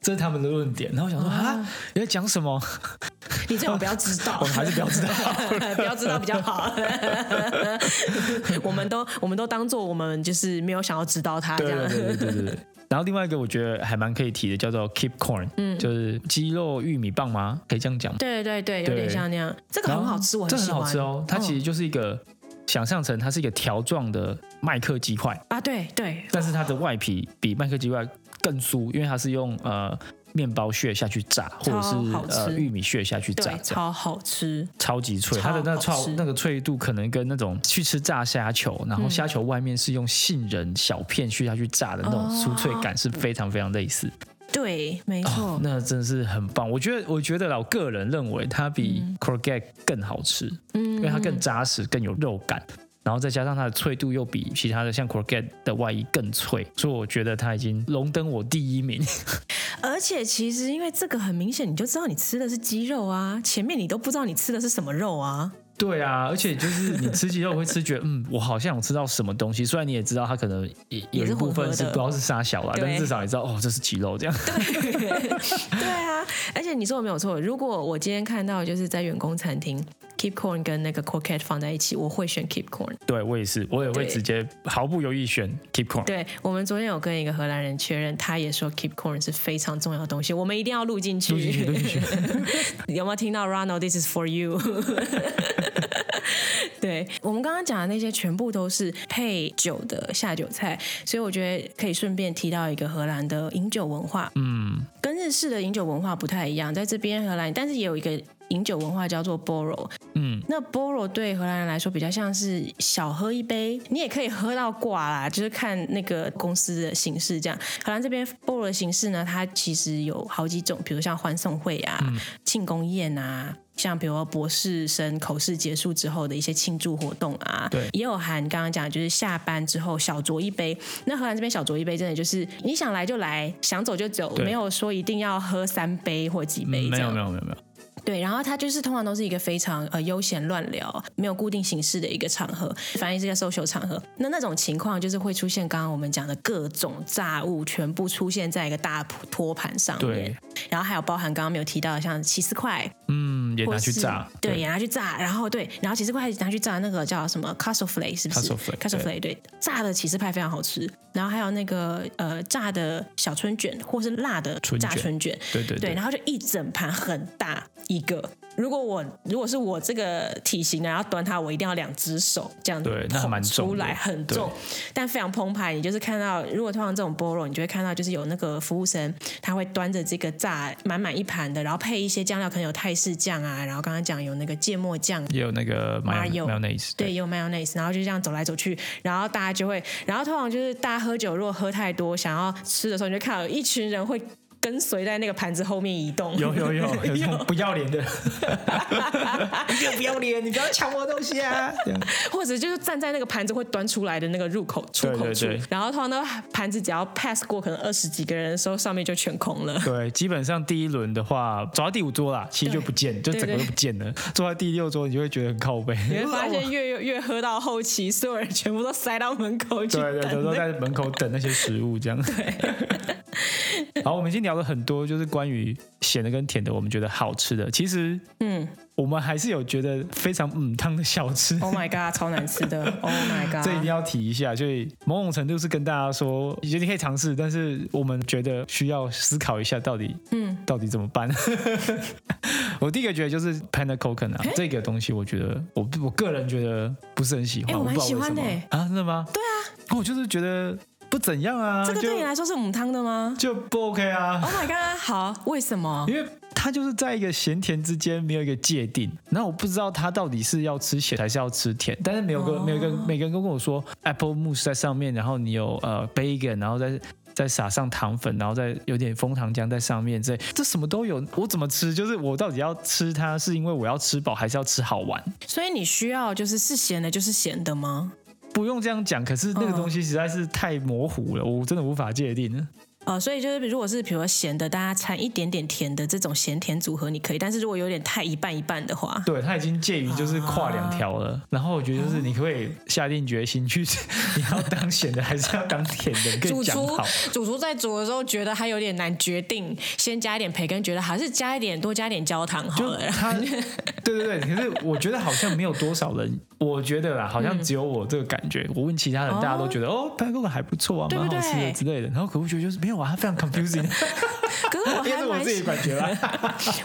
A: 这是他们的论点。然后我想说啊，你在讲什么？
B: 你最好不要知道，
A: <laughs> 我们还是不要知道。
B: <laughs> 不要知道比较好。 <laughs> 我们都我们都当做我们就是没有想要知道它这
A: 对
B: 样。
A: 对对对对
B: <laughs>
A: 对。然后另外一个我觉得还蛮可以提的，叫做 keep corn，嗯，就是鸡肉玉米棒吗？可以这样讲吗？
B: <laughs> 对对对，有点
A: 对
B: 像那样，这个
A: 然后
B: 很好吃，我
A: 这
B: 喜
A: 很
B: 欢。
A: 好吃哦。它其
B: 嗯
A: 实就是一个、想象成它是一个条状的麦克鸡块，
B: 啊，对对，
A: 但是它的外皮比麦克鸡块更酥，因为它是用呃面包屑下去炸，或者是
B: 超好吃
A: 呃玉米屑下去炸，
B: 对，
A: 这样
B: 超好吃。
A: 超级脆，
B: 超
A: 它的那个
B: 好
A: 脆
B: 吃
A: 那个脆度可能跟那种去吃炸虾球，然
B: 嗯
A: 后虾球外面是用杏仁小片去下去炸的那种
B: 哦
A: 酥脆感是非常非常类似。
B: 对，没
A: 哦
B: 错，，
A: 那真是很棒。我觉得，我觉得啦，我个人认为它比 croquette 更好吃，
B: 嗯，
A: 因为它更扎实，更有肉感，然后再加上它的脆度又比其他的像 croquette 的外衣更脆，所以我觉得它已经荣登我第一名。
B: 而且其实因为这个很明显，你就知道你吃的是鸡肉啊，前面你都不知道你吃的是什么肉啊。
A: <laughs> 对啊，而且就是你吃鸡肉会吃 <laughs> 觉得，嗯，我好像有吃到什么东西。虽然你也知道它可能也有
B: 也
A: 一
B: 是
A: 部分
B: 混合
A: 是
B: 的
A: 不知道是沙小啦，
B: 对
A: 但是至少你知道哦，这是鸡肉 <laughs> 这样。
B: 对啊，而且你说的没有错。如果我今天看到就是在员工餐厅，keep corn 跟那个 croquette 放在一起，我会选 keep corn。
A: 对我也是，我也会
B: 对
A: 直接毫不犹豫选 keep corn。
B: 对我们昨天有跟一个荷兰人确认，他也说 keep corn 是非常重要的东西，我们一定要录进去。
A: 录进去，录进去。
B: <laughs> 有没有听到 Rano？This is for you 。对我们刚刚讲的那些，全部都是配酒的下酒菜，所以我觉得可以顺便提到一个荷兰的饮酒文化，
A: 嗯，
B: 跟日式的饮酒文化不太一样，在这边荷兰，但是也有一个饮酒文化叫做 borrow。
A: 嗯，
B: 那 borrow 对荷兰人来说比较像是小喝一杯，你也可以喝到挂啦，就是看那个公司的形式这样。荷兰这边 borrow 的形式呢，它其实有好几种，比如像欢送会啊、
A: 嗯
B: 庆功宴啊。像比如说博士生口试结束之后的一些庆祝活动啊，
A: 对
B: 也有含刚刚讲的就是下班之后小酌一杯，那荷兰这边小酌一杯真的就是你想来就来，想走就走，
A: 对
B: 没有说一定要喝三杯或几
A: 嗯
B: 杯这
A: 没
B: 样。
A: 有没有没有没有，
B: 对，然后它就是通常都是一个非常呃悠闲乱聊、没有固定形式的一个场合，反正是一个 social 场合。那那种情况就是会出现刚刚我们讲的各种炸物全部出现在一个大托盘上面
A: 对，，
B: 然后还有包含刚刚没有提到的像起司块，
A: 嗯，也
B: 或
A: 拿去
B: 是
A: 炸，
B: 对，也拿去炸，然后对，然后起司块拿去炸那个叫什么 castle flake 是不是
A: Castle flake，
B: flake 对，炸的起司派非常好吃，然后还有那个呃炸的小春卷或是辣的
A: 春
B: 炸
A: 卷
B: 春卷，
A: 对对
B: 对，然后就一整盘很大一个，如果我如果是我这个体型的，然后端它，我一定要两只手这样子
A: 对那还蛮
B: 捧出
A: 重的
B: 来，很
A: 对
B: 重，但非常澎湃。你就是看到，如果通常这种菠萝，你就会看到就是有那个服务生，他会端着这个炸满满一盘的，然后配一些酱料，可能有泰式酱啊，然后刚刚讲有那个芥末酱
A: 也有那个 mayo-
B: Mayo
A: mayonnaise，
B: 对，，也有 mayonnaise，然后就这样走来走去，然后大家就会，然后通常就是大家喝酒，如果喝太多，想要吃的时候，你就看到有一群人会跟随在那个盘子后面移动。
A: 有有
B: <laughs>
A: 有有这种不要脸的，
B: 有不要脸，你不要抢我的东西啊！
A: 这样
B: 或者就是站在那个盘子会端出来的那个入口出口
A: 对对
B: 处，
A: 对
B: 然后通常都盘子只要 pass 过可能二十几个人的时候，上面就全
A: <laughs>
B: 空了。
A: <laughs> 对，基本上第一轮的话，走到第五桌啦，其实就不见，就
B: 对
A: 整个
B: 对
A: 都不见了。坐到第六桌，你就会觉得很靠背。
B: 你会发现越越越喝到后期，所有人全部都塞到门口去
A: 对
B: 等
A: 对对，
B: 那
A: 都 <laughs>
B: 个
A: 在门口等那些食物这样。 <laughs> 好，我们已经聊了很多，就是关于咸的跟甜的，我们觉得好吃的。其实，
B: 嗯
A: 我们还是有觉得非常嗯汤的小吃。
B: ，Oh my god，超难吃的，Oh my
A: <laughs>
B: god，
A: 这一定要提一下，所以某种程度是跟大家说，也你可以尝试，但是我们觉得需要思考一下，到底
C: 嗯，
A: 到底怎么办？ <laughs> 我第一个觉得就是 panna coconut 啊
B: 诶
A: 这个东西，我觉得我我个人觉得不是很喜欢，
B: 诶我蛮
A: 不知道为
B: 喜欢
A: 什
B: 的
A: 么
B: 欸
A: 啊，真的吗？对啊，我就是觉得不怎样啊，
B: 这个对你
A: 就
B: 来说是母汤
A: <laughs>
B: 的吗
A: 就不 OK 啊，
B: ？Oh my god！
C: 好，为什么？
A: 因为。它就是在一个咸甜之间没有一个界定，然后我不知道它到底是要吃咸还是要吃甜，但是没有个、没有一个每个人都跟我说 apple mousse 在上面，然后你有呃 bacon，然后再再撒上糖粉，然后再有点枫糖浆在上面，这这什么都有，我怎么吃？就是我到底要吃它，是因为我要吃饱，还是要吃好玩？
C: 所以你需要就是是咸的，就是咸的吗？
A: 不用这样讲，可是那个
C: 嗯
A: 东西实在是太模糊了，我真的无法界定。
C: 呃，所以就是如果是比如说咸的，大家掺一点点甜的这种咸甜组合，你可以；但是如果有点太一半一半的话，
A: 对，它已经介于就是
B: 啊
A: 跨两条了。然后我觉得就是你可不可以下定决心去， <laughs> 你要当咸的还是要当甜的，你可以
B: 主
A: 讲
B: 厨 <laughs>
A: 好。
B: 主厨在煮的时候觉得还有点难决定，先加一点培根，觉得还是加一点多加一点焦糖好
A: 就
B: 了。
A: 他， <laughs> 对对对，可是我觉得好像没有多少人，我觉得啦，好像只有我这个感觉。我问其他人，大家都觉得哦，排骨还不错啊，
B: 对
A: 蛮
B: 不
A: 好吃的
B: 对
A: 之类的。然后可不觉得就是没有啊，它非常 confusing，
B: 可 <laughs> 是我
A: 这
B: 还
A: 是我
B: 蛮
A: 自己
B: 喜
A: 感觉啦。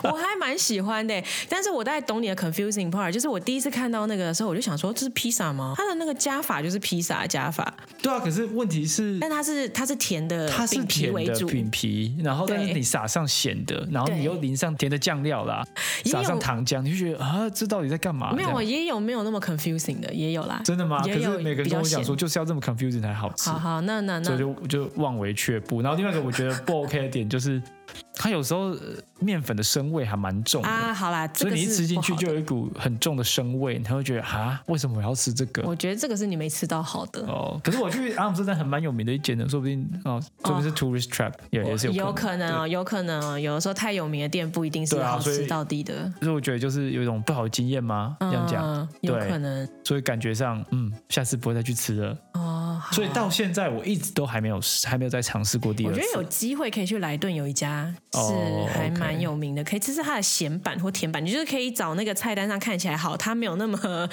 B: 我还蛮喜欢的，但是我大概懂你的 confusing part，就是我第一次看到那个的时候，我就想说这是披萨吗？它的那个加法就是披萨的加法，
A: 对啊，可是问题是。
B: 但它是它是甜的，
A: 它是
B: 饼皮
A: 甜
B: 为
A: 的
B: 主，
A: 饼皮，然后但是
B: 对
A: 你撒上咸的，然后你
B: 对
A: 又淋上甜的酱料啦，
B: 也
A: 撒上
B: 有
A: 糖浆，你就觉得啊，这到底在干嘛？
B: 没
A: 这样
B: 有，也有没有那么 confusing 的，也有啦。
A: 真的吗？可
B: 也
A: 是
B: 有
A: 每个人跟
B: 比较
A: 我讲
B: 咸
A: 说，就是要这么 confusing 才好吃，
B: 好好，那那
A: 所以
B: 那
A: 就就望为却步。然后另外一个我觉得不 OK 的点就是，它有时候呃面粉的生味还蛮重的。
B: 啊，好啦，这
A: 所以
B: 个
A: 你一
B: 是
A: 吃进
B: 不
A: 去
B: 好
A: 就
B: 的。
A: 有一股很重的生味，你才会觉得啊，为什么我要吃这个？
B: 我觉得这个是你没吃到好的，
A: 哦，可是我去阿姆斯特丹还蛮有名的一间的，说不定哦，说不定是 tourist trap，也也是
B: 有
A: 有可能。
B: 可能哦，有可能哦，有的时候太有名的店不一定是
A: 对啊
B: 好
A: 所
B: 吃
A: 以
B: 到地的，
A: 所以我觉得就是有一种不好的经验吗？这样讲，
B: 嗯，有
A: 对
B: 可能
A: 所以感觉上，嗯，下次不会再去吃了。
B: 哦。好
A: 所以到现在我一直都还没有还没有再尝试过第
B: 我
A: 二
B: 觉
A: 次
B: 得。有机会可以去莱顿有一家
A: 哦
B: 是还
A: OK
B: 蛮有名的，可以吃吃它的咸版或甜版，你就是可以找那个菜单上看起来好，它没有那么 <laughs>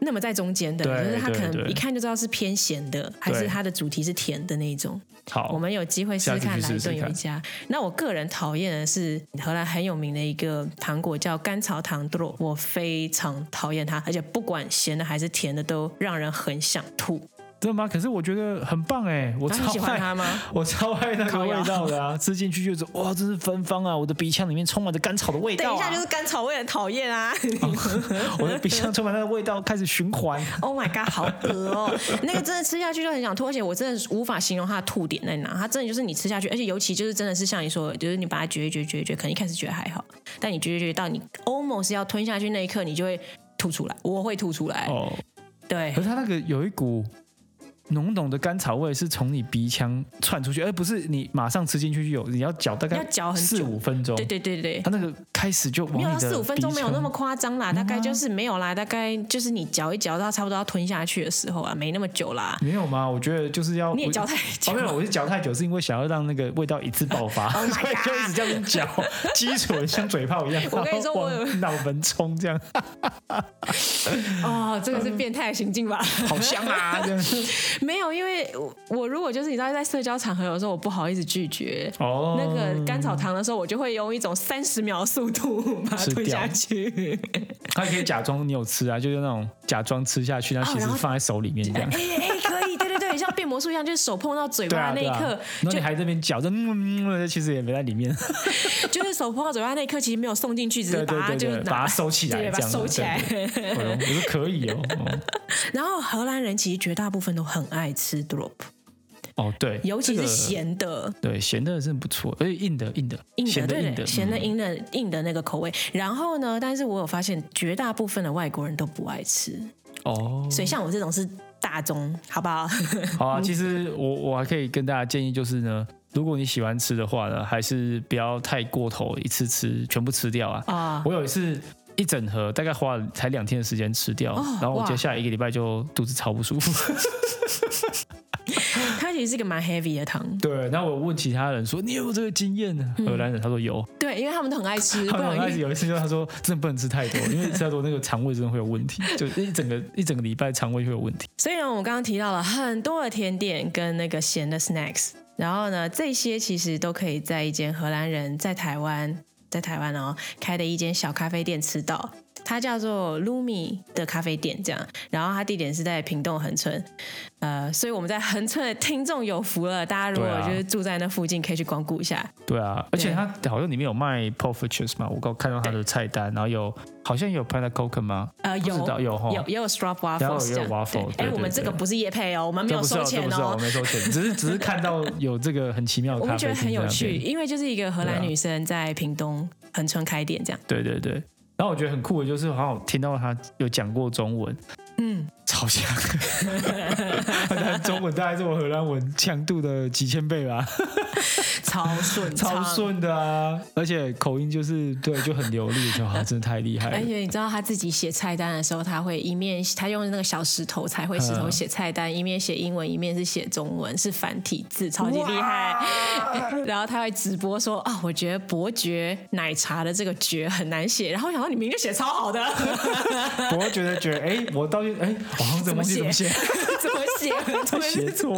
B: 那么在中间的，
A: 对
B: 就是它可
A: 对
B: 能
A: 对
B: 一看就知道是偏咸的，还是
A: 对
B: 它的主题是甜的那一种。
A: 好，
B: 我们有机会试试看
A: 下
B: 莱
A: 次去试试
B: 顿有一家。那我个人讨厌的是荷兰很有名的一个糖果叫甘草糖豆，我非常讨厌它，而且不管咸的还是甜的都让人很想吐。
A: 真的吗？可是我觉得很棒哎，我
B: 然后你喜
A: 超
B: 欢
A: 爱，
B: 它吗？
A: <laughs> 我超爱那个
B: 烤
A: 味
B: 鸭
A: 道的啊！吃进去就是哇，真是芬芳啊！我的鼻腔里面充满着甘草的哦味
B: 等
A: 道、
B: 一
A: 啊，
B: 下就是甘草味的讨厌啊！
A: <laughs> 我的鼻腔充满那个味道，开始循
B: <laughs>
A: 环。
B: Oh my god，好恶哦！那个真的吃下去就很想吐，而且我真的无法形容它的吐点在哪。它真的就是你吃下去，而且尤其就是真的是像你说的，就是你把它嚼一嚼嚼一嚼，可能一开始觉得还好，但你嚼一嚼到你 almost 要吞下去那一刻，你就会吐出来。我会吐出来，
A: 哦，
B: 对
A: 可是它那个有一股浓浓的甘草味是从你鼻腔窜出去，而不是你马上吃进去就有，你要嚼大概
B: 要嚼很久
A: 四五分钟。
B: 对对对对。
A: 它那个开始就往
B: 没有
A: 你
B: 到
A: 的
B: 四五分钟，
A: 鼻
B: 没有
A: 腔嗯啊
B: 那么夸张啦，大概就是没有啦，大概就是你嚼一嚼到差不多要吞下去的时候啊，没那么久啦。
A: 没有吗？我觉得就是要
B: 你也
A: 我
B: 嚼太久
A: 哦，没有，我是嚼太久，是因为想要让那个味道一次爆发
B: Oh my
A: 所以就一直这样嚼，基础像嘴炮一样，
B: 我跟你说
A: 然后
B: 我有
A: 往脑门冲这样，
B: 哦，这个是变态的行径吧？
A: 好香啊！这样
B: <laughs> 没有，因为我我如果就是你知道在社交场合有时候我不好意思拒绝。
A: 哦，
B: 那个甘草糖的时候，我就会用一种三十秒速度把它
A: 吃
B: 吞
A: 掉
B: 下去。
A: 他可以假装你有吃啊，就是那种假装吃下去，但其实
B: 然后
A: 放在手里面这样。
B: <laughs> 哎哎，可以，对对对，像变魔术一样，就是手碰到嘴
A: 对
B: 巴
A: 啊，
B: 的那
A: 对
B: 一
A: 啊。
B: 刻，
A: 然后你还这边嚼着，嗯嗯嗯，其实也没在里面。
B: 就是手碰到嘴巴那一刻，其实没有送进去，只是
A: 对
B: 把它
A: 对
B: 就
A: 对
B: 是
A: 对，
B: 拿
A: 把它收起来，
B: 对，把
A: 这
B: 它
A: 样子
B: 收起来。。
A: 对对对我说可以哦。哦
B: 然后荷兰人其实绝大部分都很爱吃 drop，
A: 哦，对，
B: 尤其
A: 这
B: 是
A: 个。
B: 咸的。
A: 对，咸的真的不错，而且硬的硬的
B: 硬的
A: 咸的
B: 对
A: 硬
B: 对
A: 的
B: 对，咸的
A: 嗯
B: 硬的硬的那个口味，然后呢？但是我有发现，绝大部分的外国人都不爱吃，
A: 哦。
B: 所以像我这种是大宗，好不好？ <laughs>
A: 好啊，其实我我还可以跟大家建议就是呢，如果你喜欢吃的话呢，还是不要太过头，一次吃全部吃掉啊。
B: 啊、
A: 我有一次一整盒，大概花了才两天的时间吃掉，
B: 哦
A: 然后我
B: 哇
A: 接下来一个礼拜就肚子超不舒服。 <laughs>
B: 它其实是个蛮 heavy 的糖，
A: 对，然后我问其他人说你有没有这个经验呢？荷兰人他说有，
B: 对，因为 <laughs> 他们都很爱吃，
A: 他
B: 嗯不
A: 们
B: 容
A: 开始
B: 易。
A: 有一次就他说真的不能吃太多，因为吃太多那个肠胃真的会有问题，就一整个一整个礼拜肠胃会有问题。
B: 所以呢，我们刚刚提到了很多的甜点跟那个咸的 snacks，然后呢，这些其实都可以在一间荷兰人在台湾在台湾哦开的一间小咖啡店吃到。它叫做 Lumi 的咖啡店，这样，然后它地点是在屏东恒春，呃，所以我们在恒春的听众有福了，大家如果
A: 对啊
B: 就是住在那附近，可以去光顾一下。
A: 对啊，而且
B: 对
A: 它好像里面有卖 p o f i t c h e s 嘛，我刚看到它的菜单，然后有好像有 p a n a c o c a 吗？
B: 呃，
A: 不知道
B: 有
A: 有吼
B: 有也有 strop
A: 然后
B: waffle，
A: 也有 waffle，对
B: 哎，我
A: 对
B: 们这
A: 对
B: 个不是夜配哦，我们没
A: 这
B: 有
A: 不是
B: 收
A: 哦，这
B: 钱
A: 不是哦，我没收钱，只是只是看到有这个很奇妙的
B: 哦我
A: 咖
B: 们觉
A: 啡
B: 得很
A: 厅在
B: 有
A: 那
B: 趣，
A: 边。
B: 因为就是一个荷兰
A: 对啊
B: 女生在屏东恒春开店这样。
A: 对对对，然后我觉得很酷的就是，好像我听到他有讲过中文，
B: 嗯，
A: 超像，但中文大概是我荷兰文强度的几千倍
B: <laughs>
A: 吧，
B: 超顺
A: 超。顺的啊，而且口音就是对就很流利，就啊好，真的太厉害了
B: 而。且你知道她自己写菜单的时候，她会一面她用那个小石头才会石头
A: 嗯
B: 写菜单，一面写英文，一面是写中文，是繁体字，超级厉害。 <laughs> 然后她会直播说：“啊、我觉得伯爵奶茶的这个爵很难写。”然后我想到你明明就写超好的， <laughs>
A: 我觉得觉得，哎，我到底哎，我好像真的忘记怎么写，
B: 怎么
A: <laughs>
B: 写？怎么
A: 写
B: <laughs>
A: 错，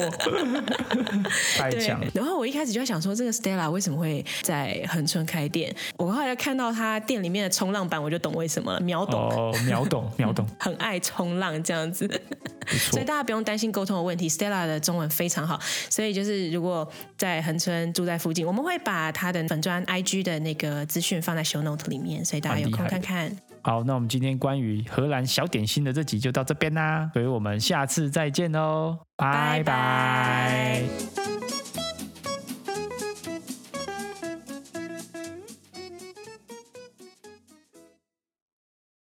A: 太
B: 对
A: 强了。，
B: 然后我一开始就在想说，这个 Stella 为什么会在恒春开店？我后来看到他店里面的冲浪板，我就懂为什么了，秒懂。
A: 哦，秒
B: <laughs>
A: 懂，秒懂，
B: 很爱冲浪这样子，
A: 不错
B: 所以。大家不用担心沟通的问题。Stella 的中文非常好，所以就是如果在恒春住在附近，我们会把他的粉砖 IG 的那个资讯放在 show note 里面，所以大家有空
A: 蛮厉害
B: 看
A: 的
B: 看。
A: 好，那我们今天关于荷兰小点心的这哦集就到这边啦，所以我们下次再见喽，拜
B: 拜拜
A: 拜